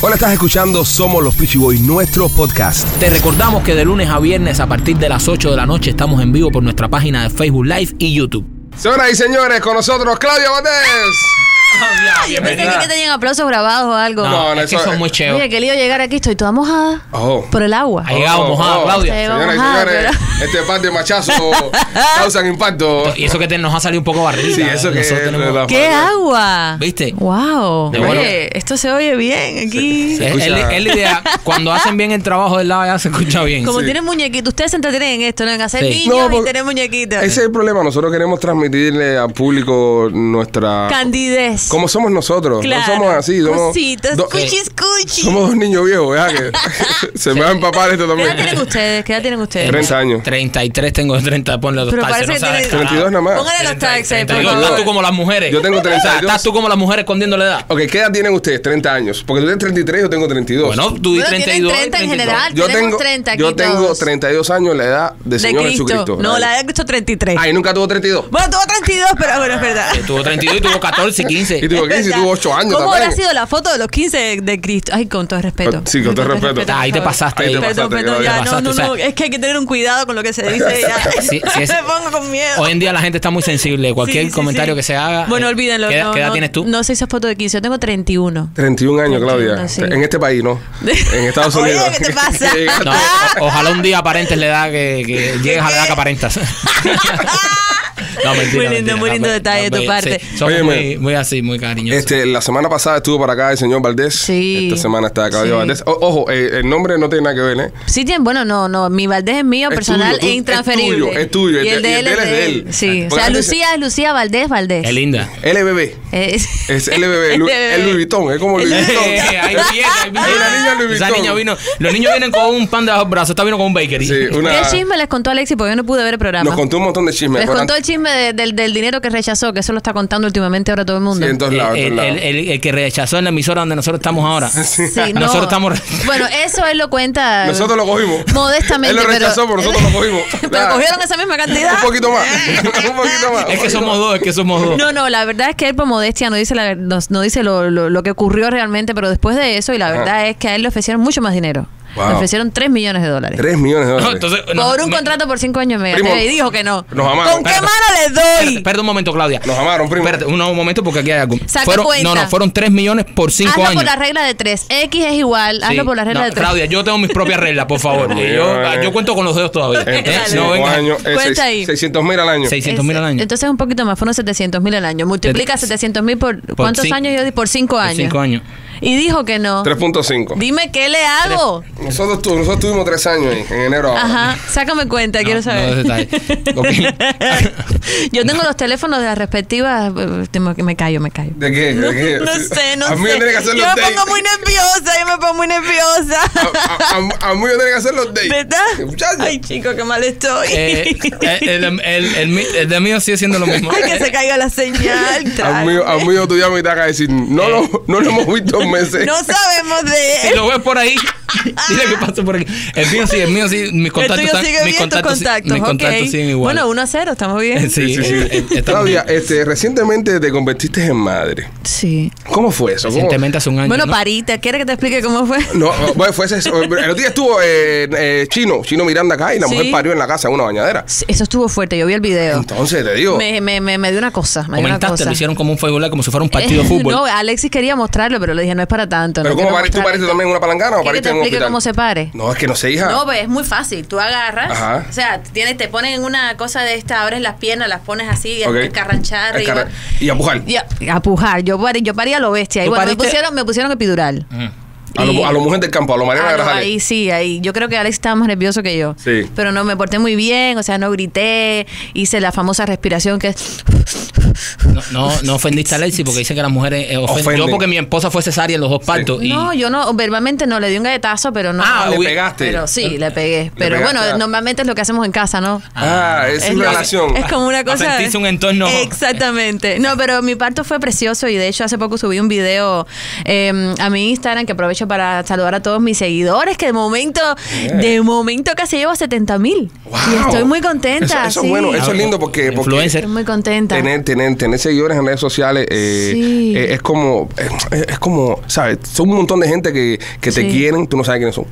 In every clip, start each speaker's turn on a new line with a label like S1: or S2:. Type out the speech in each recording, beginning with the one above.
S1: Hola, estás escuchando Somos los Peachy Boys, nuestro podcast.
S2: Te recordamos que de lunes a viernes a partir de las 8 de la noche estamos en vivo por nuestra página de Facebook Live y YouTube.
S1: Señoras y señores, con nosotros Claudia Bates.
S3: Yo pensé que aquí tenían aplausos grabados o algo.
S2: No,
S1: No, no,
S2: es que
S1: eso-
S2: son muy
S3: Oye,
S2: chéveres.
S3: qué lío llegar aquí. Estoy toda mojada
S1: Oh.
S3: por el agua.
S2: Ha llegado mojada, Claudia.
S3: Sí.
S1: Señoras y
S3: Mojada,
S1: señores, este par de machazos causan impacto.
S2: Y eso que te- nos ha salido un poco barrida.
S1: Sí, eso que
S2: Nosotros
S1: es
S2: tenemos-
S1: la-
S3: ¡Qué agua!
S2: ¿Viste?
S3: ¡Wow!
S2: De
S3: Oye,
S2: bueno.
S3: esto se oye bien aquí.
S2: Es, es la- es la idea. Cuando hacen bien el trabajo del lado ya se escucha bien.
S3: Como
S1: sí.
S3: tienen muñequitos, ustedes se entretienen en esto, ¿no? En hacer
S2: Sí.
S1: No,
S3: niños y
S1: porque-
S3: tener muñequitos.
S1: Ese es el problema. Nosotros queremos transmitirle al público nuestra.
S3: Candidez.
S1: Como somos nosotros.
S3: Claro.
S1: No somos así. Somos,
S3: Cositas,
S1: do-
S2: Eh,
S3: cuchis, cuchis.
S1: somos dos niños viejos, ¿verdad? Que se me va a empapar esto
S3: ¿Qué edad
S1: también.
S3: tienen ustedes? ¿Qué edad tienen ustedes?
S1: 30 años.
S2: 33 tengo 30, ponle los
S3: Pero
S2: taxes,
S3: parece que
S2: no sabes,
S3: tienen-
S2: carajo.
S1: 32 nada más.
S3: Pónganle los taxes, por
S2: 32, Estás tú
S3: favor.
S2: como las mujeres.
S1: Yo tengo 32.
S2: O sea, Estás tú como las mujeres escondiendo la edad.
S1: Ok, ¿qué edad tienen ustedes? 30 años. Porque tú tienes 33 y yo tengo 32.
S2: Bueno, tú di
S3: Bueno, tienen
S2: 32.
S3: 30 en
S2: 32.
S3: general.
S1: yo
S3: tenemos
S1: tengo,
S3: 30 aquí
S1: yo tengo
S3: todos.
S1: 32 años la edad de
S3: De
S1: Señor Jesucristo.
S3: Cristo. No, la edad de Cristo 33.
S1: Ay, nunca tuvo 32.
S3: Bueno, tuvo 32, pero bueno, es verdad.
S2: Tuvo 32 y tuvo 14, 15.
S1: Y tuvo 15 y tuvo 8 años
S3: ¿Cómo
S1: también.
S3: habrá sido la foto de los 15 de Cristo? Ay, con todo respeto.
S1: Con- sí, con todo respeto.
S2: Ah, ahí te
S3: por favor.
S2: pasaste,
S1: ahí te
S3: Perdón,
S1: pasaste,
S3: perdón,
S1: Claudia.
S3: ya,
S2: Te pasaste,
S3: no,
S2: o
S3: no,
S2: sea-
S3: no. Es que hay que tener un cuidado con lo que se dice. Ya.
S2: Sí, sí, es-
S3: Me pongo con miedo.
S2: Hoy en día la gente está muy sensible. Cualquier
S3: Sí, sí,
S2: comentario
S3: sí.
S2: que se haga.
S3: Bueno,
S2: eh,
S3: olvídenlo.
S2: ¿Qué, edad-
S3: no,
S2: qué edad
S3: no,
S2: tienes tú?
S3: No se hizo foto de 15, yo tengo 31.
S1: 31 años,
S3: 31,
S1: Claudia.
S3: sí.
S1: En este país, ¿no? En Estados
S3: Oye,
S1: Unidos.
S3: ¿qué te pasa?
S1: Llegaste.
S2: No, o- ojalá un día aparentes la edad que, que llegues a la edad que aparentas. No, mentira,
S3: Muy lindo,
S2: mentira,
S3: muy
S2: no,
S3: lindo
S2: no, pues,
S3: detalle de tu
S2: sí,
S3: parte.
S2: somos
S1: Óyeme.
S2: muy, muy así, muy cariñosos.
S1: Este, la semana pasada estuvo para acá el señor Valdés.
S3: Sí.
S1: Esta semana está Claudia
S3: Sí.
S1: Valdés. O- ojo, eh, el nombre no tiene nada que ver, ¿eh?
S3: Sí, tiene, bueno, no, no, mi Valdés es mío,
S1: Es
S3: personal
S1: tuyo, tú-
S3: e
S1: es
S3: intransferible.
S1: tuyo, es tuyo,
S3: Y el de él es de él.
S1: él.
S3: Sí, o
S1: Porque
S3: sea,
S1: antes-
S3: Lucía es Lucía Valdés Valdés.
S2: es linda.
S1: LBB.
S3: Es-
S1: Es LBB. Lu-
S3: LBB.
S1: Es Louis Vuitton. Es como Louis
S2: Eh,
S1: Vuitton.
S2: eh, ahí viene, ahí viene.
S1: Hay una niña Louis
S2: Esa
S1: Vuitton.
S2: niña vino. Los niños vienen con un pan de bajo el brazo. Esta vino con un bakery.
S1: Sí, una-
S3: ¿Qué chisme les contó Alexis? Porque yo no pude ver el programa.
S1: Nos contó un montón de chismes.
S3: Les
S1: Por
S3: contó
S1: antes-
S3: el chisme de- del, del dinero que rechazó, que eso lo está contando últimamente ahora todo el mundo.
S1: Sí, en todos
S2: El,
S1: lados. en
S2: el-
S1: todos lados.
S2: el- el- el que rechazó en la emisora donde nosotros estamos ahora.
S3: Sí, no.
S2: Nosotros estamos.
S3: Bueno, eso él lo cuenta.
S1: Nosotros lo cogimos.
S3: Modestamente,
S1: Él lo
S3: pero-
S1: rechazó, pero, nosotros lo cogimos.
S3: Pero
S1: Nada.
S3: cogieron esa misma cantidad.
S1: Un poquito más. un poquito más.
S2: Es que somos dos, es que somos dos.
S3: No, no, la verdad es que él por modestia no dice, la, ver- no, no dice lo, lo- lo que ocurrió realmente, pero después de eso, y la verdad es que a él le ofrecieron mucho más dinero.
S1: Wow.
S3: Le ofrecieron 3 millones de dólares.
S1: 3 millones de
S2: No,
S1: dólares.
S2: entonces, no,
S3: por un
S2: me-
S3: contrato por 5 años en Mega
S1: Primo,
S3: TV, y dijo que no.
S1: nos amaron.
S3: ¿Con qué
S2: Espérate.
S3: mano le doy?
S2: Espérate un momento, Claudia.
S1: Nos amaron, primo.
S2: Espérate, un un momento porque aquí hay algo.
S3: Saca
S2: Fueron-
S3: cuenta.
S2: No, no, fueron 3 millones por 5
S3: hazlo
S2: años.
S3: por la regla de 3. X es igual,
S2: Sí.
S3: hazlo por la regla
S2: No,
S3: de 3.
S2: Claudia, yo tengo mis propias reglas, por favor.
S1: Muy bien.
S2: yo, yo cuento con los dedos todavía.
S1: En
S2: ¿eh?
S3: Dale.
S1: cinco
S2: No, venga.
S1: años, es
S3: Cuenta
S1: seis-
S3: ahí.
S1: 600 mil al año.
S2: 600 mil al año.
S3: Entonces un poquito más, fueron 700 mil al año. Multiplica 700 mil por, ¿cuántos
S2: cinco-
S3: años yo di? Por 5
S2: Por
S3: años.
S2: cinco años.
S3: Y dijo que no.
S1: 3.5.
S3: Dime qué le hago.
S1: Nosotros, tu- nosotros tuvimos 3 años ahí, en enero. ahora.
S3: Ajá, sácame cuenta,
S2: No,
S3: quiero
S2: no,
S3: saber.
S2: ese está ahí. Ok.
S3: Yo tengo los teléfonos de las respectivas. eh, tengo que- Me callo, me callo.
S1: ¿De qué? ¿De qué?
S3: No sé, no
S1: a mí
S3: sé.
S1: me tiene que hacer
S3: yo
S1: los Ah,
S3: me
S1: dates.
S3: pongo muy nerviosa, yo me pongo muy nerviosa.
S1: A, a- a- a mí me tiene que hacer los dates.
S3: ¿Verdad?
S1: Muchacho.
S3: Ay, chico, qué mal estoy.
S2: Eh, el, el, el- el mi- el de mío sigue siendo lo mismo.
S3: Ay, que se caiga la señal.
S1: A mí, a mí tú llamas y te vas a decir, no, lo, no lo hemos visto en meses.
S3: Eh. No sabemos de
S2: Si lo ves por ahí, dile que pase por aquí. El mío sí, el mío sí. Mis
S3: El
S2: contactos
S3: tuyo
S2: están- mis
S3: sigue bien, tus
S2: contactos sí-
S3: contactos,
S2: mis
S3: ok.
S2: contactos siguen igual.
S3: Bueno, 1 a 0, estamos
S2: Eh,
S3: bien.
S2: sí,
S1: Sí, sí.
S2: eh, eh, estamos
S1: Claudia,
S2: bien.
S1: este, recientemente te convertiste en madre.
S3: Sí.
S1: ¿Cómo fue eso? ¿Cómo-
S2: Recientemente hace un año.
S3: Bueno,
S2: ¿no?
S3: Parita, ¿quiere que te explique cómo fue?
S1: No, no, bueno, fue ese, el otro día estuvo eh, eh, Chino, Chino Miranda acá y la
S3: Sí.
S1: mujer parió en la casa en una bañadera.
S3: Sí, Eso estuvo fuerte, yo vi el video.
S1: Entonces te digo,
S3: Me, me, me, me dio una cosa, me dio una
S2: Comentaste,
S3: cosa.
S2: lo hicieron como un fútbol, como si fuera un partido de fútbol.
S3: no, eh. Alexis quería mostrarlo, pero le dije, no es para tanto.
S1: ¿pero
S3: no
S1: cómo
S3: quiero
S1: pariste? ¿Tú
S3: mostrarlo.
S1: pariste también en una palangana o
S3: ¿Quieres
S1: pariste
S3: que te
S1: en un
S3: explique
S1: hospital?
S3: cómo se pare?
S1: No, es que no sé, hija.
S3: No, pues es muy fácil. Tú agarras,
S1: Ajá.
S3: o sea, tienes, te ponen en una cosa de esta, abres las piernas, las pones así,
S1: Ok.
S3: okay. carranchar
S1: Al carra-
S3: arriba.
S1: Y a pujar.
S3: Y a, a pujar. Yo, parí- yo paría a lo bestia. Y
S2: ¿Tú
S3: bueno, me
S2: pariste?
S3: pusieron, me pusieron epidural.
S1: A
S3: Y-
S1: los a lo mujeres del campo, a los Mariana
S3: Ah, no,
S1: Grajales.
S3: ahí sí, ahí. Yo creo que Alex estaba más nervioso que yo.
S1: Sí.
S3: Pero no, me porté muy bien, o sea, no grité, hice la famosa respiración que es...
S2: No, no, no ofendiste a Lexi porque dicen que las mujeres eh, ofen-
S1: Ofenden.
S2: Yo porque mi esposa fue cesárea en los dos partos. y-
S3: No, yo no, verbalmente no, le di un galletazo, pero no.
S2: Ah,
S3: no,
S1: le
S2: uy,
S1: pegaste.
S3: Pero sí, le pegué. Pero
S1: pegaste
S3: bueno,
S1: a-
S3: normalmente es lo que hacemos en casa, ¿no?
S1: Ah, es,
S3: Es
S1: una
S3: lo-
S1: relación.
S3: Es como una
S2: A
S3: cosa.
S2: sentirse un entorno.
S3: Exactamente. No, pero mi parto fue precioso y de hecho hace poco subí un video eh, a mi Instagram que aprovecho para saludar a todos mis seguidores que de momento, de momento casi llevo a 70 mil.
S1: Wow.
S3: Y estoy muy contenta.
S1: Eso, eso
S3: sí.
S1: es bueno, eso es lindo porque, porque
S2: Ah, Influencer.
S3: Estoy muy contenta.
S1: tener, tener, tener seguidores en redes sociales eh,
S3: Sí.
S1: eh, es como, es, es como, ¿sabes? Son un montón de gente que, que te
S3: Sí. Mm,
S1: quieren, tú no sabes quiénes son.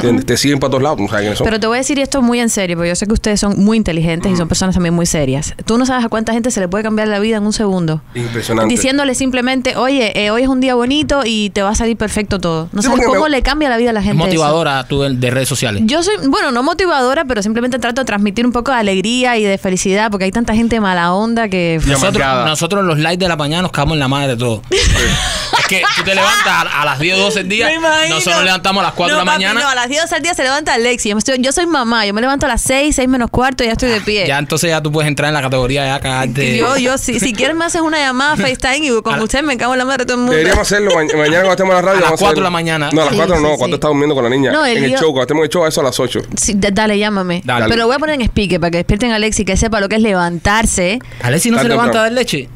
S1: Te, te siguen para todos lados, tú no sabes quiénes son.
S3: Pero te voy a decir esto muy en serio, porque yo sé que ustedes son muy inteligentes
S1: Mm.
S3: y son personas también muy serias. Tú no sabes a cuánta gente se le puede cambiar la vida en un segundo.
S1: Impresionante.
S3: Diciéndole simplemente, oye, eh, hoy es un día bonito y te va a salir perfecto todo. No
S1: Sí,
S3: sabes
S1: porque me-
S3: cómo le cambia la vida a la
S2: Es
S3: gente. eso.
S2: motivadora tú de, de redes sociales.
S3: Yo soy, bueno, no motivadora, pero simplemente trato de transmitir un poco de alegría y de felicidad, porque hay tanta gente mala onda que...
S1: Ya.
S2: Nosotros,
S1: amargada.
S2: nosotros en los likes de la mañana nos cagamos en la madre de todo. es que tú te levantas a, a las 10 12 del día.
S3: Me imagino.
S2: Nosotros nos levantamos a las 4
S3: No,
S2: de la
S3: papi,
S2: mañana.
S3: no, a las 10 del día se levanta Alexi. Yo, me estoy- yo soy mamá, yo me levanto a las 6, 6 menos cuarto y ya estoy de pie.
S2: Ya entonces ya tú puedes entrar en la categoría ya cagarte.
S3: Yo, yo, si, si quieres me haces una llamada FaceTime y con usted me cago en la madre de todo el mundo.
S1: Deberíamos hacerlo ma- mañana cuando estemos en la radio.
S2: A las
S1: vamos
S2: cuatro de la
S1: hacerlo.
S2: mañana.
S1: No, a las
S3: Sí,
S1: 4
S3: sí,
S1: no,
S3: sí.
S1: cuando estás durmiendo con la niña.
S3: No, el Ah.
S1: en el
S3: día-
S1: show, cuando estemos en el show, a eso a las 8.
S3: Sí, da- dale, llámame.
S2: Dale.
S3: Pero voy a poner en speaker para que despierten a Alexi, que sepa lo que es levantarse.
S2: Alexi no
S1: Tan
S2: se levanta
S1: temprano.
S2: a dar leche.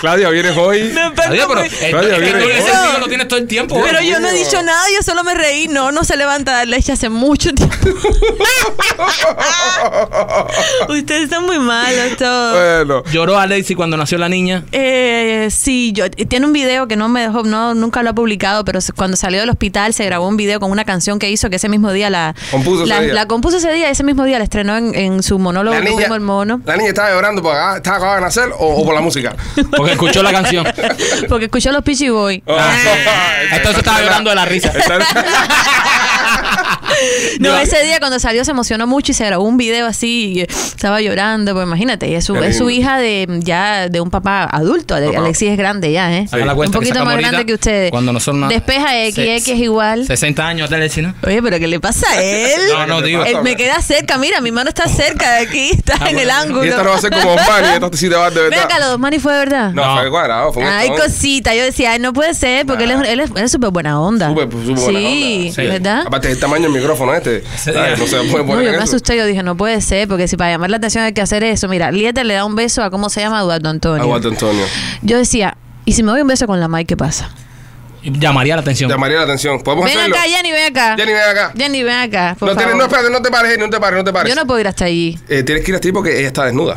S1: Claudia, vienes hoy.
S2: Adiós, pero eh,
S1: Claudia,
S2: es que
S1: viene.
S2: tú ese
S3: No.
S2: sentido lo tienes todo el tiempo.
S3: Pero
S2: ¿eh?
S3: yo no he dicho nada, yo solo me reí. No, no se levanta a dar leche hace mucho tiempo. Ustedes están muy malos todos.
S1: Bueno.
S2: Lloró Alexi cuando nació la niña.
S3: Eh, sí, yo tiene un video que no me dejó, no nunca lo ha publicado, pero se- cuando salió del hospital se grabó un video con una canción que hizo que ese mismo día la
S1: Compuso ese
S3: la,
S1: día.
S3: la compuso ese día, ese mismo día la estrenó en, en su monólogo
S1: La
S3: que
S1: niña,
S3: tuvimos el mono.
S1: la niña estaba llorando porque ah, estaba acabada de nacer o, o por la música.
S2: Porque escuchó la canción.
S3: Porque escuchó a los Pichi Boy.
S2: Entonces estaba llorando de la risa.
S3: No, ese día cuando salió se emocionó mucho y se grabó un video así y eh, estaba llorando. Pues imagínate, es su,
S1: Qué
S3: es su
S1: lindo.
S3: hija de ya de un papá adulto. Ale-
S1: Papá.
S3: Alexis es grande ya, ¿eh?
S2: Hagan la
S3: Un
S2: cuenta que
S3: poquito
S2: sacamos
S3: más
S2: ahorita,
S3: grande que ustedes.
S2: Cuando nosotros no-
S3: Despeja X,
S2: Se-
S3: X igual.
S2: 60 años de Alexi, ¿no?
S3: Oye, pero ¿qué le pasa a él?
S2: No, no, digo.
S3: Él Eh, me queda cerca, mira, mi mano está cerca de aquí, está en el ángulo.
S1: Ah, Y esta no va a ser como Osmani, esta sí te va de
S3: Ven
S1: verdad.
S3: acá, los dos manis fue de verdad.
S1: No,
S2: No.
S1: fue cuadrado, fue un
S3: Ay,
S1: montón.
S3: cosita, yo decía, ay, no puede ser, porque él es- él es él es súper buena onda.
S1: Súper, súper buena
S3: sí,
S1: onda.
S2: Sí.
S3: ¿verdad?
S1: Aparte del tamaño del micrófono este. ¿sabes? No se puede
S3: No,
S1: poner
S3: yo me
S1: eso.
S3: asusté, yo dije, no puede ser, porque si para llamar la atención hay que hacer eso. Mira, Liete le da un beso a, ¿cómo se llama? Eduardo Antonio.
S1: Aguanta, Antonio.
S3: Yo decía, ¿y si me doy un beso con la Mike, qué pasa?
S2: Llamaría la atención.
S1: Llamaría la atención. ¿Podemos
S3: Ven
S1: hacerlo?
S3: acá, Jenny, ven acá.
S1: Jenny, ven acá.
S3: Jenny, ven acá, por
S1: No, tienes,
S3: favor.
S1: no, espérate, no te pares, no te pares, no te pares.
S3: yo no puedo ir hasta allí.
S1: Eh, tienes que ir a ti porque ella está desnuda.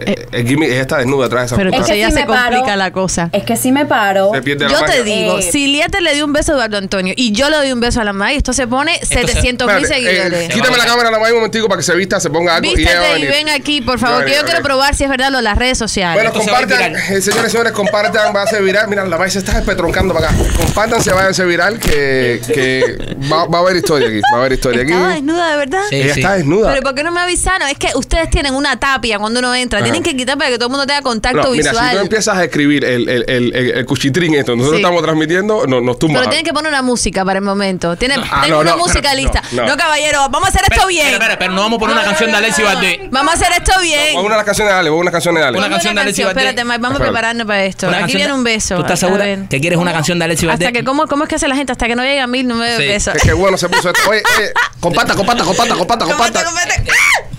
S1: Eh, eh, Jimmy, ella está desnuda atrás de esa
S3: Pero
S1: puta.
S3: entonces
S4: que
S3: ya
S4: sí
S3: se
S4: me paro.
S3: complica la cosa.
S4: Es que si me paro.
S1: Se pierde Este la
S3: Yo
S1: magia.
S3: te digo,
S4: Eh.
S3: si Liete le dio un beso a Eduardo Antonio y yo le doy un beso a la Mike, esto se pone 700 mil
S1: Espérate, eh,
S3: seguidores.
S1: quítame la cámara nada más un momentico para que se vista, se ponga algo y ella va a
S3: Vístete y
S1: venir.
S3: ven aquí, por
S1: Va a
S3: favor, que
S1: venir, va
S3: yo
S1: a
S3: quiero
S1: venir.
S3: probar si es verdad lo de las redes sociales.
S1: Bueno,
S2: Esto se va a ir
S1: compartan,
S2: viral.
S1: eh, señores y señores, compartan, va a ser viral. Mira, la vaina se está despetroncando para acá. Compartan, se va a hacer viral, que, que va, va a haber historia aquí. Va a haber historia aquí.
S3: Estaba desnuda, de verdad.
S2: Sí,
S1: Ella
S2: sí.
S1: está desnuda.
S3: Pero ¿por qué no me avisaron? Es que ustedes tienen una tapia cuando uno entra. Tienen que quitar para que todo el mundo tenga contacto
S1: No, mira,
S3: visual.
S1: si tú empiezas a escribir el, el, el, el- el cuchitrín esto, nosotros
S3: Sí.
S1: estamos transmitiendo, no, nos tumba.
S3: pero tienen que poner una música para el momento. Tienen,
S1: Ah,
S3: tengo
S1: no,
S3: una
S1: no,
S3: música
S1: pero-
S3: lista.
S1: no,
S3: No,
S1: no.
S3: caballero, vamos a hacer
S2: Espera,
S3: esto bien. Ah,
S2: Espera, espera, espera, no vamos a poner una canción de Alexi Valdés.
S3: Vamos a hacer esto bien.
S1: Vamos a una de las canciones, dale, vamos a una canción, dale.
S2: Una
S3: Vamos a
S2: canción de Alexis Valdés.
S3: Espérate, Mike, vamos a
S1: Espérate.
S3: prepararnos para esto.
S2: Una
S3: Aquí
S2: canción
S3: viene
S2: de-
S3: un beso.
S2: ¿Tú estás
S3: A
S2: segura
S3: ver.
S2: que quieres una canción de Alexi Valdés?
S3: Hasta que, ¿cómo, ¿Cómo es que hace la gente? Hasta que no llegue a mil, no me
S2: Sí.
S3: beso.
S1: Qué, qué bueno se puso esto. Oye, oye, comparta, comparta, comparta, comparta, comparta.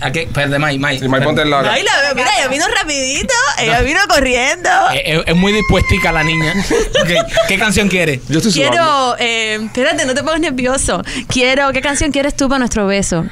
S2: ¿A qué? Espérate, May, May.
S1: Sí, Mike, ponte en la-
S3: Ahí la veo, mira, ella vino rapidito, ella vino corriendo.
S2: Eh, eh, es muy dispuestica la niña. Ok, ¿Qué canción quiere?
S1: Yo estoy sudando.
S3: Quiero, eh, espérate, no te pongas nervioso. Quiero, ¿qué canción quieres tú para nuestro beso?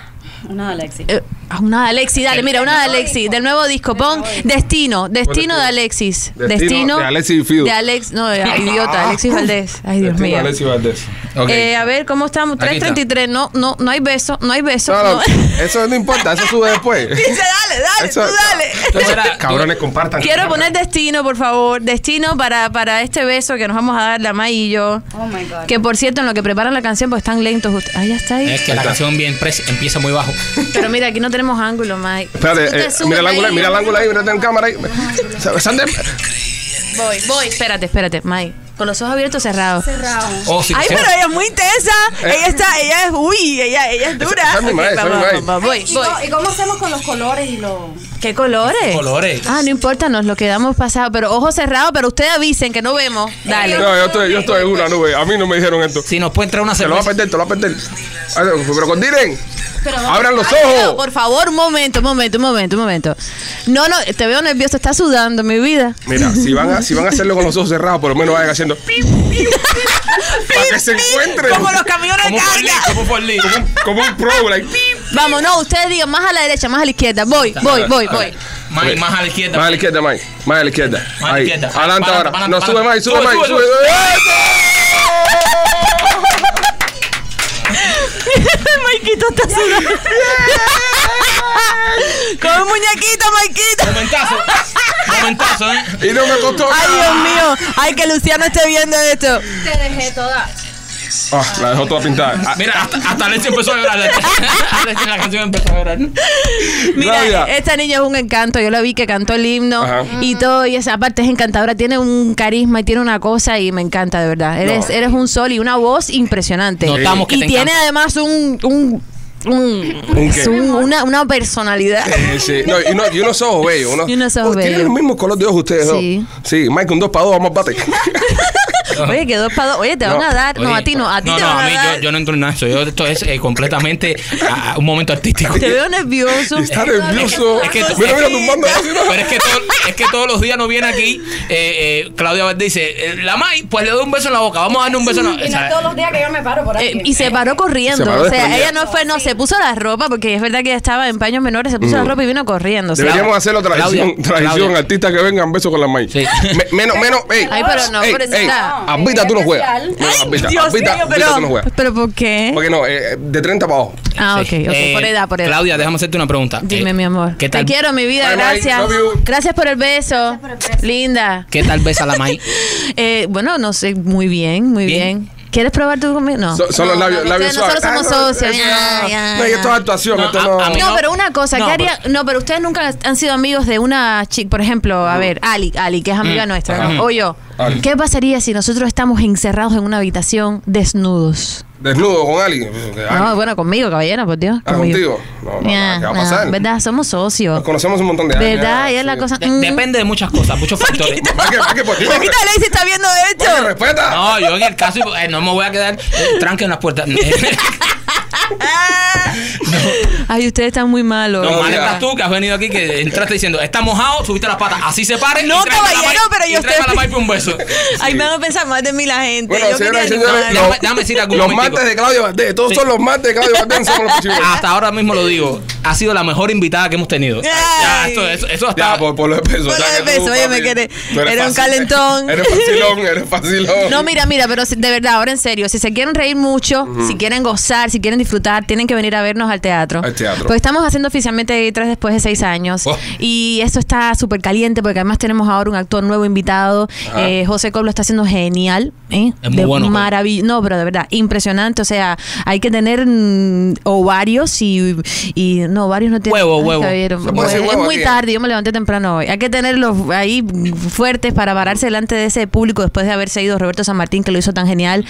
S4: Una de Alexis.
S3: Eh, ah, una de Alexis, dale, mira, una de Alexis, del nuevo disco. Pon Destino, Destino de Alexis.
S1: Destino
S3: Destino
S1: de Alexis Fido.
S3: De Alex, no, de- ay, idiota, Alexis Valdés. Ay, Dios mío.
S1: Ah. Este Alexis Valdés.
S2: Ok.
S3: Eh, a ver, ¿cómo estamos?
S2: Aquí está.
S3: 3.33, no, no, no hay beso, no hay beso.
S1: No, no,
S3: no.
S1: eso no importa, eso sube después.
S3: Dice, dale, dale,
S1: Eso-
S3: tú dale.
S2: Entonces era-
S1: Cabrones, compartan.
S3: Quiero poner destino, por favor. Destino para, para este beso que nos vamos a dar la May y yo.
S4: Oh my God.
S3: Que por cierto, en lo que preparan la canción, pues están lentos. just- Ah, ya está ahí.
S2: Es que la canción bien pres- empieza muy bajo.
S3: Pero mira, aquí no tenemos ángulo, May. Tú
S1: Espérate,
S3: te
S1: eh,
S3: subes
S1: mira el ángulo,
S3: ahí.
S1: ahí, mira el ángulo ahí, mira en cámara ahí. Sander,
S3: Voy, voy. Espérate, espérate, May. Con los ojos abiertos cerrados.
S2: Oh, sí,
S3: Ay,
S2: sí.
S3: pero ella es muy intensa. Ella está, ella es, uy, ella, ella es dura.
S1: esa Eh. es mi
S3: Ok,
S1: May, esa es mi
S3: vamos,
S1: May.
S3: vamos, vamos, voy,
S4: ¿Y,
S3: voy.
S4: co- y cómo hacemos con los colores y los.
S3: ¿Qué colores?
S2: Colores.
S3: Ah, no importa, nos lo quedamos pasado. Pero ojos cerrados, pero ustedes avisen que no vemos. Dale.
S1: No, yo estoy, yo estoy en una nube. A mí no me dijeron esto.
S2: Si nos puede entrar una
S1: Te lo va a
S2: cerveza.
S1: perder, te lo va a perder. Ay, no, Pero coordinen. Abran los
S3: Ay, Leo,
S1: ojos.
S3: por favor, un momento, un momento, un momento, un momento. No, no, te veo nervioso, estás sudando, mi vida.
S1: Mira, si van, a, si van a hacerlo con los ojos cerrados, por lo menos vayan haciendo. Para que se encuentren.
S3: Como los camiones de
S2: ¿Cómo fue
S3: carga.
S2: Lee? ¿Cómo fue Lee?
S1: Como un pro, like.
S3: Vamos, no, ustedes digan más a la derecha, más a la izquierda. Voy, voy, voy, voy.
S2: Mike, más a la izquierda.
S1: Más a la izquierda, Mike. Más a la izquierda.
S2: Más a la
S1: Ahí.
S2: izquierda.
S1: Adelante
S2: Para,
S1: ahora.
S2: para,
S1: no,
S2: para.
S1: sube, Mike. Sube,
S2: Sube,
S1: Mike.
S2: sube,
S1: Sube.
S3: Maikito está sudando. Con un muñequito, Maikito.
S2: Momentazo. Momentazo, ¿eh?
S1: Y no E me costó.
S3: Ay, Dios mío. Ay, que Luciano esté viendo esto.
S4: Te dejé toda.
S1: Ah, la dejó toda pintada.
S2: Ah, Mira, hasta, hasta Alexia empezó a llorar. Alexia en la canción empezó a llorar.
S3: Mira,
S1: Rabia.
S3: esta niña es un encanto. Yo la vi que cantó el himno
S1: Ajá.
S3: y todo. Y esa parte es encantadora. Tiene un carisma y tiene una cosa y me encanta, de verdad. Eres, eres un sol y una voz impresionante.
S2: Notamos que
S3: y
S2: te
S3: tiene
S2: encanta.
S3: además un... un, un-
S1: ¿Un qué?
S3: es un- una, una personalidad.
S1: Eh, sí. No, y, no- y unos ojos bellos. Unos,
S3: Y unos ojos
S1: Uy, Tienen
S3: bellos.
S1: el mismo color de ojos ustedes
S3: Sí.
S1: dos. Sí, Mike, un dos para dos, vamos al bate.
S3: Oye, que dos para dos. Oye, te van
S1: No.
S3: a dar. Ah, No,
S2: Oye,
S3: a ti no. A ti
S2: no,
S3: te
S2: no,
S3: van
S2: a
S3: a,
S2: mí
S3: dar.
S2: yo, yo no entro en nada. de eso. Yo, esto es eh, completamente ah, un momento artístico.
S3: Te veo nervioso.
S1: Está nervioso.
S2: Es que-
S1: mira, mira, tumbando. así, ¿no?
S2: Pero es que, todo- es que todos los días nos viene aquí eh, eh, Claudia Valdés dice, eh, la May, pues le doy un beso en la boca, vamos a darle un beso en la
S4: Y no es todos los días que yo me paro por aquí.
S3: Eh, y se paró corriendo.
S1: Se paró
S3: o sea,
S1: desprendida.
S3: ella no fue, no, se puso la ropa, porque es verdad que estaba en paños menores, se puso
S1: Mm.
S3: la ropa y vino corriendo. o sea,
S1: Deberíamos hacerlo tradición,
S2: Claudia,
S1: tradición
S2: Claudia.
S1: artistas que vengan besos con la Mike.
S2: Sí.
S1: Me- menos, menos, ey.
S3: Ay, pero no,
S1: ey,
S3: pobrecita.
S1: ey,
S4: No,
S1: Albita, tú no
S4: es
S1: juegas.
S4: especial.
S1: No,
S3: Ay,
S1: Albita,
S3: Dios
S1: Albita,
S3: mío,
S1: Albita,
S3: pero,
S1: tú no juegas.
S3: pero ¿por qué?
S1: Porque no, eh, de 30 para abajo.
S3: Ah, ok, ok,
S2: Sí. Eh,
S3: por edad, por edad.
S2: Claudia, déjame hacerte una pregunta.
S3: Dime,
S2: Eh,
S3: mi amor.
S2: ¿Qué
S3: Te
S2: tal,
S3: quiero, mi vida,
S1: Bye, bye,
S3: gracias.
S1: love you.
S3: gracias por el beso. Linda.
S2: ¿Qué tal besa la May?
S3: Eh, bueno, no sé, muy bien, muy bien.
S2: Bien.
S3: ¿Quieres probar tú conmigo? No.
S1: So- son los
S3: Ah. No,
S1: labios,
S3: no,
S1: labios
S3: ustedes-
S1: suaves.
S3: Nosotros
S1: Ah, no,
S3: somos socios.
S1: eh,
S3: ya, ya,
S1: No,
S3: ya.
S1: esto es actuación,
S2: No,
S1: esto
S2: a-
S1: no.
S2: a mí-
S3: No,
S2: No,
S3: pero una cosa,
S2: no, pues.
S3: ¿qué haría? No, pero ustedes nunca han sido amigos de una chica, por ejemplo, a ver, Ali, Ali, que es amiga
S2: Mm.
S3: nuestra, ¿no?
S2: Ajá.
S3: o yo.
S1: Ali.
S3: ¿Qué pasaría si nosotros estamos encerrados en una habitación desnudos?
S1: Desnudo con Ali.
S3: No,
S1: Ah,
S3: bueno, conmigo, caballero, por Dios.
S1: Ah,
S3: conmigo.
S1: contigo. No, no,
S3: Ya,
S1: ¿qué va a
S3: no,
S1: pasar?
S3: ¿Verdad? Somos socios.
S1: Nos conocemos un montón de años.
S3: ¿Verdad? Y es la
S1: Sí.
S3: cosa.
S2: De-
S3: mm.
S2: depende de muchas cosas, muchos factores.
S1: ¿Para qué? ¿Para qué? ¿Por qué?
S3: Paquita
S1: Porque
S3: Lacey está viendo esto.
S1: respeta.
S2: No, yo en el caso, eh, no me voy a quedar eh, tranque en las puertas.
S3: Ah. Ay, ustedes están muy malos.
S2: No,
S1: No,
S2: mal
S1: ya.
S2: estás tú que has venido aquí, que entraste diciendo, está mojado, subiste las patas, así se pare.
S3: No,
S2: y tráeme a la
S3: caballero,
S2: May-
S3: pero yo
S2: y tráeme
S3: estoy-
S2: a la May por un beso.
S3: Ay, me van a pensar más de mí la gente.
S1: Bueno,
S3: Yo
S1: señoras y
S3: quería
S1: señores,
S3: animar.
S2: Déjame-
S1: los-
S2: déjame decir algo un
S1: Los
S2: momentico.
S1: martes de Claudio Valdés. Todos
S2: Sí. Ah,
S1: son los martes de Claudio Valdés. Son los pichibues.
S2: Hasta ahora mismo lo digo, ha sido la mejor invitada que hemos tenido. Ya,
S3: Ay.
S2: esto, eso, eso hasta-
S1: Ya, por, por los pesos.
S3: Por
S1: ya
S3: los
S1: que tú,
S3: pesos, oye,
S1: papi,
S3: me quedé.
S1: tú eres
S3: Era un
S1: fácil.
S3: calentón.
S1: Eres facilón, eres facilón.
S3: No, mira, mira, pero si- de verdad, ahora en serio, si se quieren reír mucho, si quieren gozar, si quieren disfrutar, tienen que venir a vernos al teatro.
S1: Al teatro.
S3: Pues estamos haciendo oficialmente tres después de seis años.
S1: Oh.
S3: Y eso está súper caliente porque además tenemos ahora un actor nuevo invitado.
S1: Ajá.
S3: Eh, José Cobb lo está haciendo genial. ¿eh?
S2: Es muy
S3: De
S2: bueno, Cobb.
S3: maravi- No, pero de verdad, impresionante. O sea, hay que tener mm, ovarios y, y- No, ovarios no tiene.
S2: Huevo,
S3: Ay,
S2: huevo.
S3: Javier,
S1: Se puede decir
S3: es
S1: huevo
S3: muy
S1: aquí, ¿eh?
S3: tarde, yo me levanté temprano hoy. Hay que tenerlos ahí fuertes para pararse delante de ese público después de haberse ido Roberto San Martín, que lo hizo tan genial,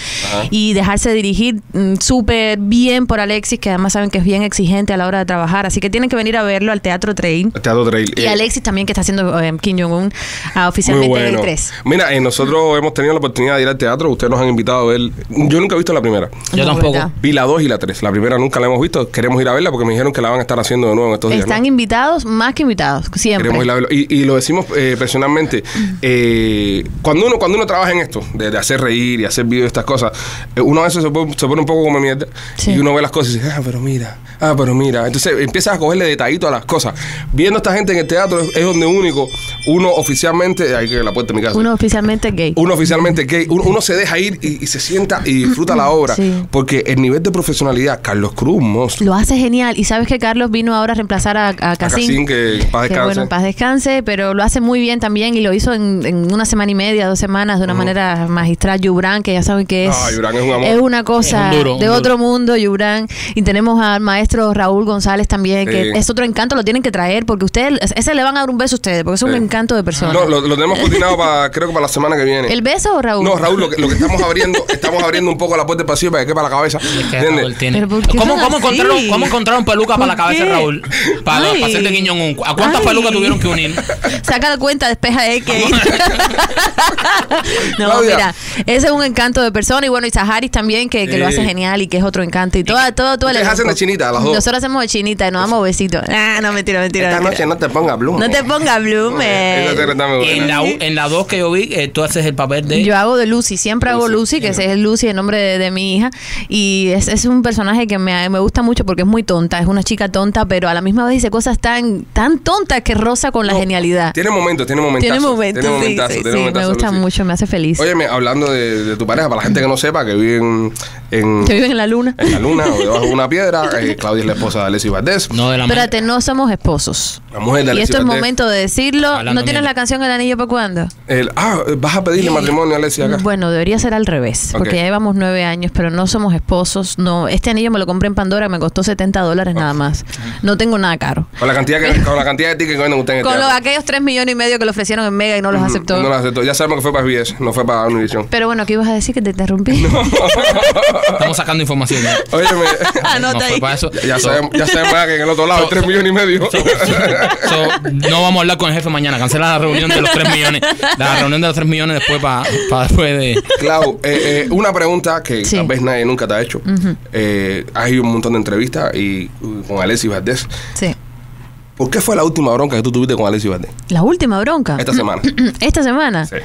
S3: y dejarse dirigir mm, súper bien por Alexis, que además saben que es bien exigente a la hora de trabajar. Así que tienen que venir a verlo al Teatro Train.
S1: Teatro Trail.
S3: Y
S1: eh,
S3: Alexis también, que está haciendo eh, Kim Jong-un ah,
S1: muy
S3: oficialmente
S1: bueno.
S3: el 3.
S1: Mira, eh, nosotros hemos tenido la oportunidad de ir al teatro. Ustedes nos han invitado a ver. Yo nunca he visto la primera.
S2: Yo tampoco.
S1: Vi la 2 y la 3. La primera nunca la hemos visto. Queremos ir a verla porque me dijeron que la van a estar haciendo de nuevo en estos días.
S3: Están
S1: ¿no?
S3: invitados, más que invitados, siempre.
S1: Queremos ir a verlo. Y, y lo decimos eh, personalmente. eh, cuando, uno, cuando uno trabaja en esto, de, de hacer reír y hacer videos y estas cosas, eh, uno a veces se pone, se pone un poco como mierda.
S3: Sí.
S1: Y uno ve las cosas y dice, ah, pero mira, ah, pero mira. Entonces empiezas a cogerle detallito a las cosas. Viendo a esta gente en el teatro es, es donde único, uno oficialmente, hay que la puerta de mi casa.
S3: Uno oficialmente gay.
S1: Uno oficialmente gay, uno, uno se deja ir y, y se sienta y disfruta la obra.
S3: Sí.
S1: Porque el nivel de profesionalidad, Carlos Cruz, un monstruo.
S3: Lo hace genial. Y sabes que Carlos vino ahora a reemplazar a, a
S1: A
S3: Cassín.
S1: Cassín, que en paz
S3: Que
S1: descanse.
S3: bueno, en paz descanse, pero lo hace muy bien también y lo hizo en, en una semana y media, dos semanas, de una manera magistral. Yubran, que ya saben que es.
S1: Ah, Yubran es un amor.
S3: una cosa
S2: Es un duro, un
S3: de
S2: duro.
S3: otro mundo, Yubran. Y tenemos al maestro Raúl González también, que
S1: Sí.
S3: es otro encanto, lo tienen que traer, porque ustedes, ese le van a dar un beso a ustedes, porque es un
S1: Sí.
S3: encanto de persona.
S1: No, lo, lo tenemos coordinado para, creo que para la semana que viene.
S3: ¿El beso o Raúl?
S1: No, Raúl, lo que, lo que estamos abriendo, estamos abriendo un poco la puerta de pasillo para que quepa la cabeza.
S2: Que
S1: ¿entiendes?
S2: Raúl tiene.
S3: Pero ¿por qué
S2: ¿Cómo,
S3: son
S2: cómo,
S3: así?
S2: encontraron, ¿Cómo encontraron peluca para la
S3: ¿Por
S2: cabeza de
S3: qué?
S2: Raul? Para,
S3: Ay.
S2: para hacerte guiñón. un- ¿A cuántas
S3: Ay.
S2: pelucas tuvieron que unir?
S3: Saca la cuenta, despeja X. no,
S1: Claudia.
S3: mira, ese es un encanto de persona. Y bueno, y Saharis también, que, que lo hace
S1: Sí.
S3: genial y que es otro encanto. Y toda, todo, todo el
S1: Ustedes hacen
S3: elenco.
S1: de chinita, las dos.
S3: Nosotros hacemos de chinita y nos damos besitos. Ah, no, mentira, mentira.
S1: Esta
S3: mentira.
S1: noche no te ponga bluma.
S3: No te pongas
S1: Esa
S3: blumen.
S1: secreta me
S2: En
S1: buena.
S2: la, u- en la dos que yo vi, eh, tú haces el papel de...
S3: Yo hago de Lucy, siempre hago Lucy, que ese es Lucy, el nombre de, de mi hija. Y es, es un personaje que me, me gusta mucho porque es muy tonta, es una chica tonta, pero a la misma vez dice cosas tan, tan tontas que roza con la genialidad.
S1: Tiene momentos, tiene momentos.
S3: Tiene momentos, sí, sí, sí, me gusta mucho, me hace feliz.
S1: Óyeme, hablando de, de tu pareja, para la gente que no sepa, que vive en, en,
S3: que viven en la luna.
S1: en la luna o debajo de una piedra, eh, Claudia es la esposa de Alessi Valdés.
S2: No de la
S3: Espérate, no somos esposos.
S1: La mujer de
S3: Y
S1: Alessi
S3: esto es
S1: Valdés.
S3: momento de decirlo.
S2: Hablando
S3: ¿No tienes
S2: mierda.
S3: la canción El Anillo para cuándo?
S1: El- ah, vas a pedirle matrimonio a Alessi acá.
S3: Eh, Bueno, debería ser al revés,
S1: Ok.
S3: porque ya llevamos nueve años, pero no somos esposos. No, este anillo me lo compré en Pandora, me costó 70 dólares nada más. No tengo nada caro.
S1: Con la cantidad que, con la cantidad de tickets que venden ustedes en el
S3: Con lo-
S1: teatro.
S3: aquellos 3 millones y medio que le ofrecieron en Mega y no los aceptó.
S1: No lo aceptó. Ya sabemos que fue para SBS, no fue para Univision.
S3: Pero bueno, ¿qué ibas a decir que te interrumpí?
S2: Estamos sacando información. ¿no?
S1: Óyeme,
S3: Anota
S2: No fue
S3: Ah, ahí.
S2: para eso.
S1: ya
S2: So-
S1: sabemos, ya sabemos que en el otro lado hay 3 millones y medio.
S2: so, no vamos a hablar con el jefe mañana. Cancela la reunión de los 3 millones. La reunión de los 3 millones después para después de...
S1: Clau, eh, eh, una pregunta que
S3: Sí.
S1: tal vez nadie nunca te ha hecho. Eh, has ido a un montón de entrevistas y uh, con Alessi Valdés.
S3: Sí.
S1: ¿Por qué fue la última bronca que tú tuviste con Alessi Valdés?
S3: La última bronca.
S1: Esta semana.
S3: Esta semana.
S1: Sí.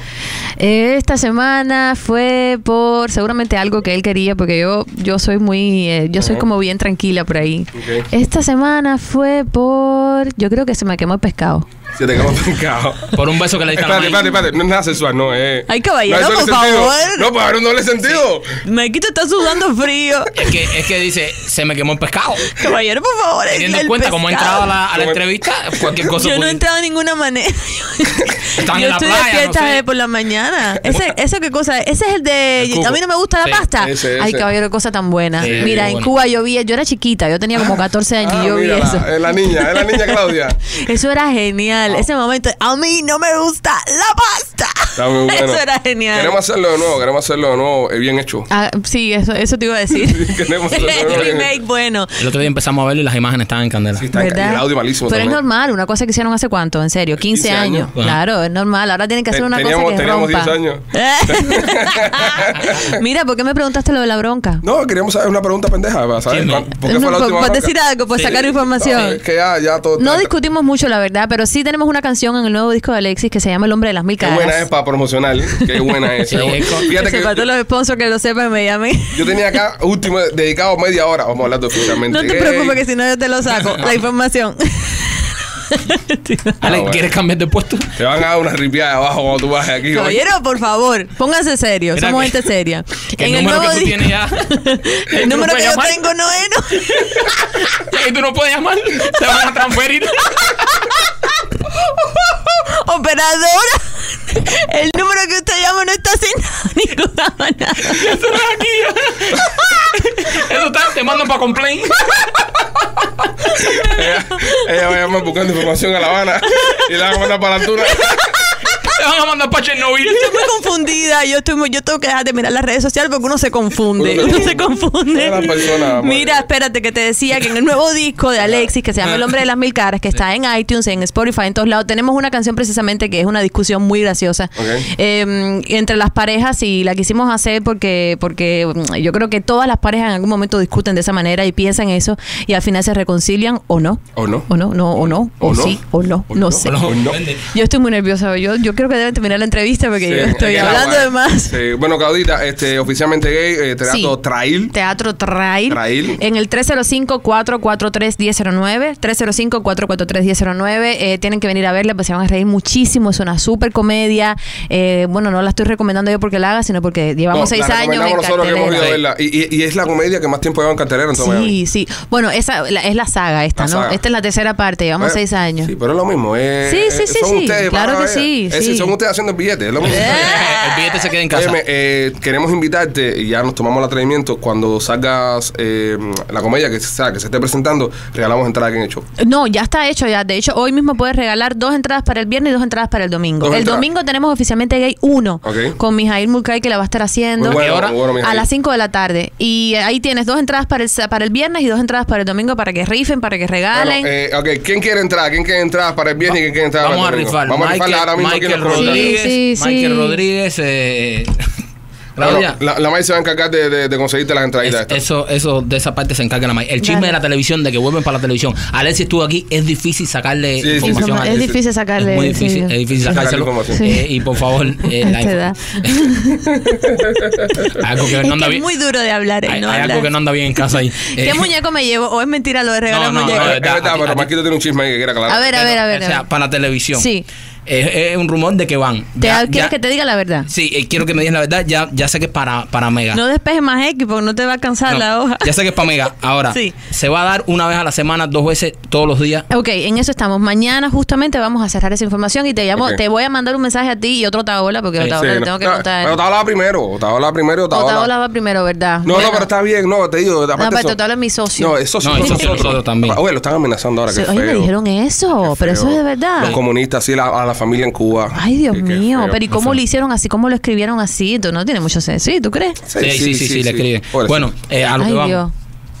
S3: Eh, Esta semana fue por seguramente algo que él quería, porque yo, yo soy muy, eh, yo soy
S1: Ajá.
S3: como bien tranquila por ahí.
S1: Ok.
S3: Esta semana fue por, yo creo que se me quemó el pescado.
S1: Se te quedó picado.
S2: Por un beso que le diste a la
S1: Espérate,
S2: maíz.
S1: espérate, espérate. No es nada sexual, no es.
S3: Ay, caballero,
S1: no hay doble
S3: por
S1: sentido.
S3: favor.
S1: No, pues haber un doble sentido.
S3: Maikito está sudando frío.
S2: Es que, es que dice, se me quemó el pescado.
S3: Caballero, por favor.
S2: Teniendo en cuenta cómo he entrado a la, a la entrevista, cualquier cosa.
S3: Yo no he
S2: puede-
S3: entrado de ninguna manera.
S2: Están
S3: yo
S2: en la
S3: estoy
S2: playa, no
S3: despierta
S2: sé.
S3: eh, por la mañana. Ese, ¿Eso qué cosa? es? Ese es el de.
S1: El cubo.
S3: a mí no me gusta
S2: Sí,
S3: la pasta.
S1: ese,
S3: Ay,
S1: ese.
S3: caballero, qué cosa tan buena.
S2: Sí, bueno.
S3: mira,
S2: Ah,
S3: en Cuba yo vi. Yo era chiquita, yo tenía como 14 años y yo vi
S1: mírala,
S3: eso.
S1: Ah, Es la niña, es la niña Claudia.
S3: Eso era genial.
S1: Ah.
S3: Ese momento. A mí no me gusta la pasta.
S1: Está muy bueno.
S3: Eso era genial.
S1: Queremos hacerlo de nuevo, queremos hacerlo de nuevo. Es bien hecho.
S3: Ah, sí, eso, eso te iba a decir.
S1: Queremos hacerlo de
S3: el
S1: nuevo.
S3: remake, bueno.
S2: El otro día empezamos a verlo y las imágenes estaban en candela.
S1: Sí, está-
S3: ¿Verdad?
S1: y el audio malísimo.
S3: Pero es
S1: también.
S3: normal, una cosa que hicieron hace cuánto, en serio, 15,
S1: 15
S3: años.
S1: años.
S2: Ajá.
S3: Claro, es normal. Ahora tienen que hacer
S1: Te-
S3: una
S1: teníamos-
S3: cosa que
S1: teníamos
S3: rompa.
S1: 10 años.
S3: Mira, ¿por qué me preguntaste lo de la bronca?
S1: No, queríamos saber una pregunta pendeja. para saber
S2: Sí,
S1: cuán-
S2: me-
S1: ¿Por qué fue
S3: No,
S1: la
S3: por-
S1: última
S3: por
S1: bronca?
S3: decir algo, por
S2: Sí.
S3: sacar
S1: No,
S3: información.
S1: es que ya, ya todo.
S3: No
S1: todo-
S3: discutimos mucho, la verdad, pero sí tenemos una canción en el nuevo disco de Alexis que se llama El Hombre de las Mil
S1: Qué buena es
S3: Caras.
S1: para promocionar. ¿eh? Qué buena es.
S2: Sí, es co-
S1: Fíjate
S3: se
S1: que
S3: para
S1: yo,
S3: todos los sponsors que lo sepan me llamen.
S1: yo tenía acá último dedicado media hora. Vamos a hablar de oficialmente.
S3: No te
S1: gay.
S3: preocupes que si no yo te lo saco, la información.
S2: Ale,
S1: Ah, bueno.
S2: ¿quieres cambiar de puesto?
S1: Te van a dar una ripiada abajo cuando tú bajes aquí. oye.
S3: Caballero, por favor, pónganse serios,
S2: Mira
S3: somos
S2: que-
S3: gente seria.
S2: que el número que tú
S3: disco-
S2: tienes ya.
S3: el
S2: Tú no
S3: número que
S2: puedes
S3: yo
S2: llamar.
S3: tengo no es. no.
S2: Y tú no puedes llamar. Te van a transferir.
S3: Operadora, el número que usted llama no está sin ninguna manera.
S2: Eso no es aquí. Eso está, te mandan para complain.
S1: Ella, ella va a llamar buscando información a La Habana y la van a mandar para la altura.
S2: Te van a mandar para Chernobyl.
S3: Estoy muy confundida. Yo estoy muy- yo tengo que dejar de mirar las redes sociales porque uno se confunde.
S1: Uno se
S3: Uno se confunde.
S1: Todas las personas, madre.
S3: Mira, espérate que te decía que en el nuevo disco de Alexis que se llama El hombre de las mil caras que está en iTunes, en Spotify, en todos lados tenemos una canción precisamente que es una discusión muy graciosa
S1: Ok.
S3: eh, entre las parejas y la quisimos hacer porque porque mm, yo creo que todas las parejas en algún momento discuten de esa manera y piensan eso y al final se reconcilian o no.
S1: ¿O no?
S3: O no, no, o no, o,
S1: ¿O no?
S3: sí, o no,
S1: ¿O
S3: no,
S1: no?
S3: sé.
S1: ¿O Pues no?
S3: Yo estoy muy nerviosa. Yo, yo creo que deben terminar la entrevista porque yo
S1: Sí,
S3: estoy
S1: es que la
S3: hablando
S1: guay.
S3: de más.
S1: Sí, Bueno, Claudita, este, oficialmente gay, eh, teatro
S3: Sí.
S1: trail.
S3: Teatro Trail.
S1: Trail.
S3: En el 305-443-1009. 305-443-1009. Eh, tienen que venir a verla, pues se van a reír muchísimo. Es una super comedia. Eh, bueno, no la estoy recomendando yo porque la haga, sino porque llevamos
S1: No,
S3: seis
S1: la
S3: años
S1: recomendamos
S3: en
S1: nosotros que hemos ido a
S3: cartelera.
S1: verla. Y, y- y es la comedia que más tiempo lleva en cartelera en todo ¿Eh? Miami.
S3: Sí, sí. Bueno, esa la- es la saga esta,
S1: La
S3: ¿no?
S1: saga.
S3: Esta es la tercera parte. Llevamos
S1: Bueno,
S3: seis años.
S1: Sí, pero es lo mismo. eh,
S3: Sí, sí,
S1: eh,
S3: sí,
S1: son
S3: sí,
S1: ustedes,
S3: claro
S1: van a
S3: que
S1: ver.
S3: sí,
S1: Es decir,
S3: sí. Eh,
S1: son ustedes haciendo el billete. Es lo mismo.
S2: El billete se queda en casa.
S1: Óyeme, eh, queremos invitarte y ya nos tomamos el atrevimiento. Cuando salgas eh, la comedia que, se- sea, que se esté presentando, regalamos entrada aquí en el show.
S3: No, ya está hecho ya. De hecho, hoy mismo puedes regalar dos entradas para el viernes y dos entradas para el domingo.
S1: Dos
S3: el
S1: entradas.
S3: domingo tenemos oficialmente Gay 1
S1: Ok.
S3: con Mijail Mulcahy que la va a estar haciendo
S1: Muy bueno,
S2: hora?
S1: muy bueno, mi
S3: a
S1: gente.
S3: las 5 de la tarde. Y ahí tienes dos entradas para el, sa- para el viernes y dos entradas para el domingo para que rifen, para que
S1: Bueno,
S3: regalen.
S1: eh, ok, ¿quién quiere entrar? ¿Quién quiere entrar para el viernes y quién quiere entrar
S2: Vamos a
S1: para el domingo?
S2: rifar.
S1: Vamos a
S2: Michael,
S1: rifarla ahora mismo aquí en
S2: Michael
S1: los comentarios.
S2: Rodríguez.
S3: Sí, sí,
S2: Michael
S3: sí.
S2: Rodríguez. eh, Claudia.
S1: la, la May se va a encargar de, de- de conseguirte las
S2: Es-
S1: entraditas. estas.
S2: eso, eso de esa parte se encarga la May. El chisme
S3: Dale.
S2: de la televisión, de que vuelven para la televisión. Alexis estuvo aquí, es difícil
S1: Sí,
S2: sacarle
S1: sí,
S2: información
S1: sí.
S2: a
S3: Es
S2: Alexis.
S3: difícil sacarle.
S2: Es muy difícil,
S3: sí.
S2: es difícil
S1: Sacarle
S2: sacárselo.
S1: información.
S2: Eh, y por favor, eh,
S3: A
S2: la
S3: esta edad.
S2: info- algo que
S3: Es,
S2: no anda
S3: que es
S2: bien.
S3: muy duro de hablar.
S2: Hay,
S3: el no
S2: hay
S3: hablar.
S2: algo que no anda bien en casa ahí.
S3: ¿Qué
S2: Eh,
S3: muñeco me llevo? ¿O es mentira lo de regalar
S1: Ah,
S2: No, no,
S1: Es
S3: muñecos?
S2: no,
S1: verdad,
S2: a ti- a
S1: pero
S2: ti-
S1: Marquito tiene un chisme ahí que quiere aclarar.
S3: a ver, a ver, a ver.
S2: O
S3: a
S2: sea,
S3: ver.
S2: para la televisión.
S3: Sí.
S2: Es, es un rumor de que van.
S3: ¿Te-
S2: Ya-
S3: ¿Quieres
S2: ya-
S3: que te diga la verdad?
S2: Sí, eh, quiero que me digas la verdad. Ya, ya sé que es para, para Mega.
S3: No despejes más X porque no te va a alcanzar
S2: No,
S3: la hoja.
S2: Ya sé que es para Mega. Ahora,
S3: Sí.
S2: se va a dar una vez a la semana, dos veces, todos los días.
S3: Ok, en eso estamos. Mañana justamente vamos a cerrar esa información y te llamo,
S1: Ok.
S3: te voy a mandar un mensaje a ti y otro a Otaola porque
S2: Sí,
S3: a Otaola
S1: Sí,
S3: le
S1: no,
S3: tengo que
S1: no,
S3: contar.
S1: Pero Otaola primero, Otaola primero, Otaola.
S3: Otaola va primero, ¿verdad?
S1: No,
S3: Bueno,
S1: no, pero está bien, no, te digo. Aparte,
S3: aparte
S1: eso-
S3: Otaola es mi socio.
S1: No, es socio.
S2: No, es socio de
S1: nosotros. Ah,
S2: nosotros también.
S1: Oye, lo están amenazando ahora,
S3: sí,
S1: que
S3: Oye, me dijeron eso, pero eso es de verdad.
S1: Los comunistas, sí, la- a la familia en Cuba.
S3: Ay, Dios
S1: Qué- qué
S3: mío,
S1: feo.
S3: pero ¿y cómo lo hicieron así? ¿Cómo lo escribieron así? Tú no tiene mucho sentido, ¿tú crees?
S2: Sí, sí, sí, sí, le escriben.
S1: Pobrecito.
S2: Bueno, eh, a lo
S3: Ay,
S2: que vamos.
S3: Dios.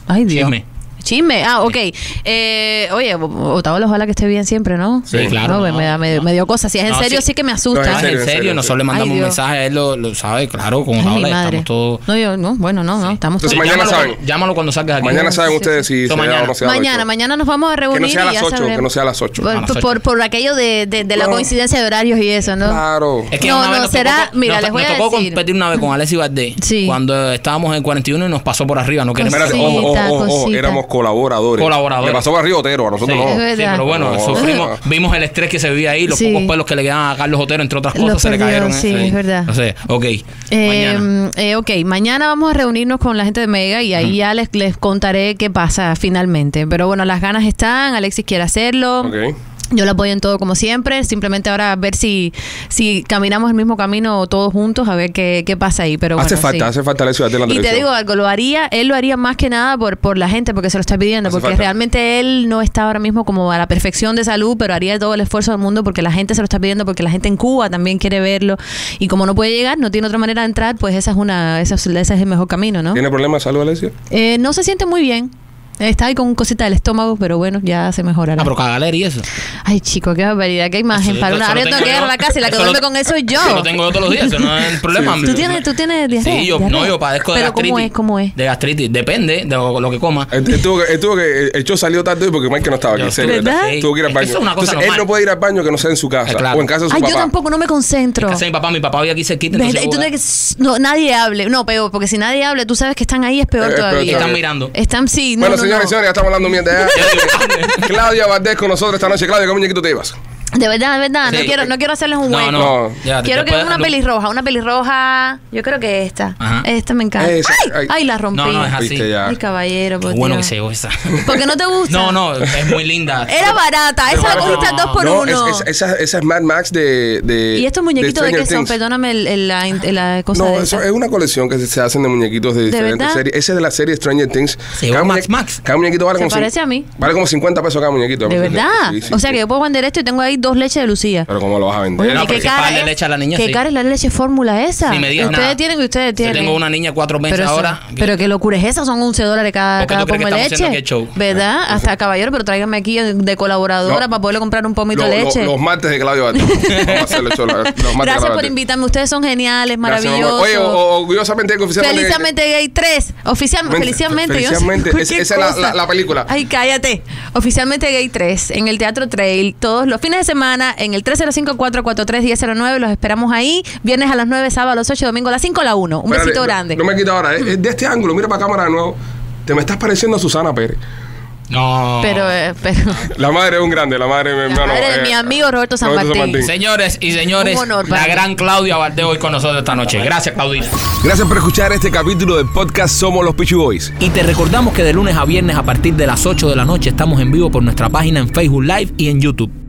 S3: Ay, Dios.
S2: Chisme.
S3: Chisme. Ah, ok. Eh, oye, Otaola, ojalá que esté bien siempre, ¿no?
S2: Sí, claro,
S3: No, me-
S2: no,
S3: me, da- me- me dio cosas. Si es en
S2: No,
S3: serio,
S2: sí.
S3: sí que me
S1: No,
S3: asusta.
S2: Ah, es en serio, nosotros le mandamos
S3: Ay,
S2: un
S3: Dios.
S2: mensaje, él lo, lo sabe, claro, con
S3: Ay, mi
S2: Otaola
S3: madre.
S2: estamos todos.
S3: No, yo, no, bueno, no, no, estamos
S1: Entonces,
S3: todos-
S1: mañana
S2: Llámalo
S1: saben.
S2: cuando- llámalo cuando salgas aquí.
S1: Mañana saben
S3: sí,
S1: ustedes si
S2: Esto
S1: se da o
S2: mañana.
S1: no se da. hoy,
S3: Mañana,
S1: pero-
S3: mañana nos vamos a
S1: Que
S3: reunir.
S1: no sea a
S3: y
S1: las
S3: ya
S1: 8, que
S3: sabremos.
S1: no sea a las 8.
S2: A las
S3: Por,
S2: ocho.
S3: por, por aquello de, de- de la
S1: No.
S3: coincidencia de horarios y eso, ¿no?
S1: Claro.
S2: Es que
S3: No,
S2: una vez
S3: no,
S2: nos
S3: será-
S2: tocó-
S3: mira,
S2: nos,
S3: les voy
S2: nos
S3: a
S2: tocó
S3: decir.
S2: competir una vez con Alexis Valdés.
S3: Sí. Ah,
S2: Cuando estábamos en el 41 y nos pasó por arriba, no queremos
S1: Espérate, oh,
S3: Cosita,
S1: ojo, ojo, ojo,
S3: cosita.
S1: éramos colaboradores.
S2: Colaboradores.
S1: Le pasó a Río Otero, a nosotros
S2: Sí,
S3: Es
S1: no.
S3: verdad.
S2: sí, pero bueno,
S1: No.
S2: sufrimos, vimos el estrés que se vivía ahí, los
S3: Sí.
S2: pocos pelos que le quedaban a Carlos Otero, entre otras
S3: Los
S2: cosas, se le
S3: perdió,
S2: cayeron. ¿eh?
S3: sí, es verdad.
S2: No sé, ok.
S3: Eh,
S2: mañana.
S3: eh, ok, mañana vamos a reunirnos con la gente de Mega y ahí ya les, les contaré qué pasa finalmente. Pero bueno, las ganas están, Alexis quiere hacerlo.
S1: Ok.
S3: Yo la apoyo en todo como siempre, simplemente ahora ver si, si caminamos el mismo camino todos juntos, a ver qué, qué pasa ahí. Pero
S1: hace
S3: bueno,
S1: falta,
S3: sí.
S1: hace falta Alexis Valdés en la
S3: Y te
S1: televisión.
S3: digo algo, lo haría, él lo haría más que nada por, por la gente, porque se lo está pidiendo,
S1: Hace
S3: porque
S1: falta.
S3: realmente él no está ahora mismo como a la perfección de salud, pero haría todo el esfuerzo del mundo porque la gente se lo está pidiendo, porque la gente en Cuba también quiere verlo, y como no puede llegar, no tiene otra manera de entrar, pues esa es una, esa es, ese es el mejor camino, ¿no?
S1: ¿Tiene problemas de salud, Alexis?
S3: Eh, no se siente muy bien, está ahí con un cosita del estómago, pero bueno, ya se mejorará.
S2: Ah, pero Cagalera y eso.
S3: Ay, chico, qué barbaridad, qué imagen
S2: Eso-
S3: Ah, para una...
S2: eso
S3: Ahora
S2: lo
S3: yo tengo
S2: tengo
S3: que llegar a
S2: yo.
S3: la casa y la que
S2: Eso lo-
S3: duerme con eso es yo.
S2: Eso lo tengo yo todos los días, eso no es el problema.
S3: ¿Tú tienes, tú tienes diarrea?
S2: Sí, yo,
S3: diarrea.
S2: no, yo padezco de
S3: Pero
S2: gastritis.
S3: ¿cómo es? ¿Cómo es?
S2: De gastritis, depende de lo, lo que coma.
S1: Él, él tuvo que, él tuvo que- el show salió tarde hoy porque Mike no estaba aquí.
S2: Yo
S1: en serio.
S2: estuve-
S3: ¿Verdad?
S2: sí.
S1: Tuvo que ir al
S2: Es que
S1: baño.
S2: eso es una cosa
S1: Entonces, él
S2: normal.
S1: no puede ir al baño que no sea en su casa
S2: Eh, claro.
S1: o en casa de su
S3: Ay,
S1: papá.
S3: yo tampoco, no me concentro.
S2: En casa de mi papá, mi papá vive aquí cerquita.
S3: ¿Ves?
S2: entonces
S3: Y tú
S2: yo voy a-
S3: tienes que- s- no, nadie hable. No, peor, porque si nadie hable, tú sabes que están ahí, es peor
S1: Eh, es peor
S3: todavía.
S2: Y están mirando.
S3: Están, sí, no,
S1: Bueno,
S3: no,
S1: señores y
S3: no.
S1: señores, ya estamos hablando mierda. ya. Claudia Valdés con nosotros esta noche. Claudia, ¿qué muñequito te ibas?
S3: De verdad, de verdad, no
S2: Sí.
S3: quiero no quiero hacerles un
S2: No,
S3: hueco.
S2: no,
S1: No.
S2: ya,
S3: Oh, Quiero que
S2: después-
S3: vean una
S2: no.
S3: pelirroja, una pelirroja. Yo creo que esta.
S2: Ajá.
S3: Esta me encanta.
S1: Esa,
S3: ay,
S1: ay.
S3: ay, la rompí.
S2: No, no, es así.
S1: Viste ya.
S3: Ay, caballero, por
S2: Qué bueno que
S3: Dios.
S2: se llevó esa.
S3: Pues Porque no te gusta.
S2: No, no, es muy linda.
S3: Era barata, esa la
S1: No,
S3: cogiste a dos por
S1: no,
S3: uno.
S1: es- es- esa, esa es Mad Max de. de
S3: ¿Y estos muñequitos de,
S1: Stranger
S3: qué son?
S1: Things.
S3: Perdóname el- el- la, la cosa
S1: No,
S3: de
S1: eso
S3: esa.
S1: es una colección que se, se hacen de muñequitos de, diferentes
S3: verdad?
S1: series. Ese es de la serie Stranger Things.
S2: Se llama Max
S1: muñe-
S2: Max.
S1: Cada muñequito vale
S3: Se
S1: como. cin-
S3: parece a mí.
S1: Vale como 50 pesos cada muñequito.
S3: De verdad.
S1: Sí, sí,
S3: o sea
S1: sí.
S3: que yo puedo vender esto y tengo ahí dos leches de Lucía.
S1: Pero ¿cómo lo vas a vender?
S2: Oye, No,
S3: ¿Y
S2: pero
S3: qué
S2: si
S3: cara
S2: pagarle
S3: es?
S2: leche a la niña,
S3: ¿Qué
S2: sí.
S3: cara es la leche fórmula esa?
S2: Ni me digas
S3: ustedes
S2: nada.
S3: tienen y ustedes
S2: Yo
S3: tienen.
S2: tengo una niña cuatro meses
S3: pero, eso-
S2: ahora.
S3: pero qué locura es esa, son 11 dólares cada,
S2: ¿Por qué
S3: cada
S2: tú crees que
S3: pomo de
S2: estamos haciendo
S3: leche.
S2: aquí el show?
S3: ¿Verdad? Hasta caballero, pero tráigame aquí de colaboradora
S1: No.
S3: para poderle comprar un pomito
S1: Lo-
S3: de
S1: lo-
S3: leche.
S1: los martes de Claudio Valdés. Vamos a hacerlo, Chola, los martes de
S3: Gracias
S1: Claudio
S3: por
S1: Valdés.
S3: invitarme, ustedes son geniales,
S1: Gracias, mamá.
S3: maravillosos.
S1: Oye, o- orgullosamente que oficialmente.
S3: Felizmente Gay 3. Oficialmente,
S1: Mente-
S3: felizmente. yo-
S1: felizmente, es-
S3: cualquier
S1: esa es la-
S3: cosa.
S1: la- la película.
S3: Ay, cállate. Oficialmente Gay 3 en el Teatro Trail todos los fines de semana en el 305-443-1009. Los esperamos ahí. Viernes a las 9, sábado a las 8, domingo a las 5, a la 1. Un
S1: Espérate,
S3: besito
S1: no-
S3: grande.
S1: No, me quita ahora. eh, eh, De este ángulo, mira para cámara de nuevo. Te me estás pareciendo a Susana Pérez.
S2: No.
S3: Pero, eh, pero
S1: La madre es un grande, la madre, de mi hermano, eh,
S3: madre de mi amigo Roberto San Martín.
S2: Señores y señores,
S3: Un honor para
S2: la
S3: mí.
S2: gran Claudia Valdés hoy con nosotros esta noche. Gracias, Claudina.
S1: Gracias por escuchar este capítulo del podcast Somos los Pichu Boys.
S2: Y te recordamos que de lunes a viernes a partir de las 8 de la noche estamos en vivo por nuestra página en Facebook Live y en YouTube.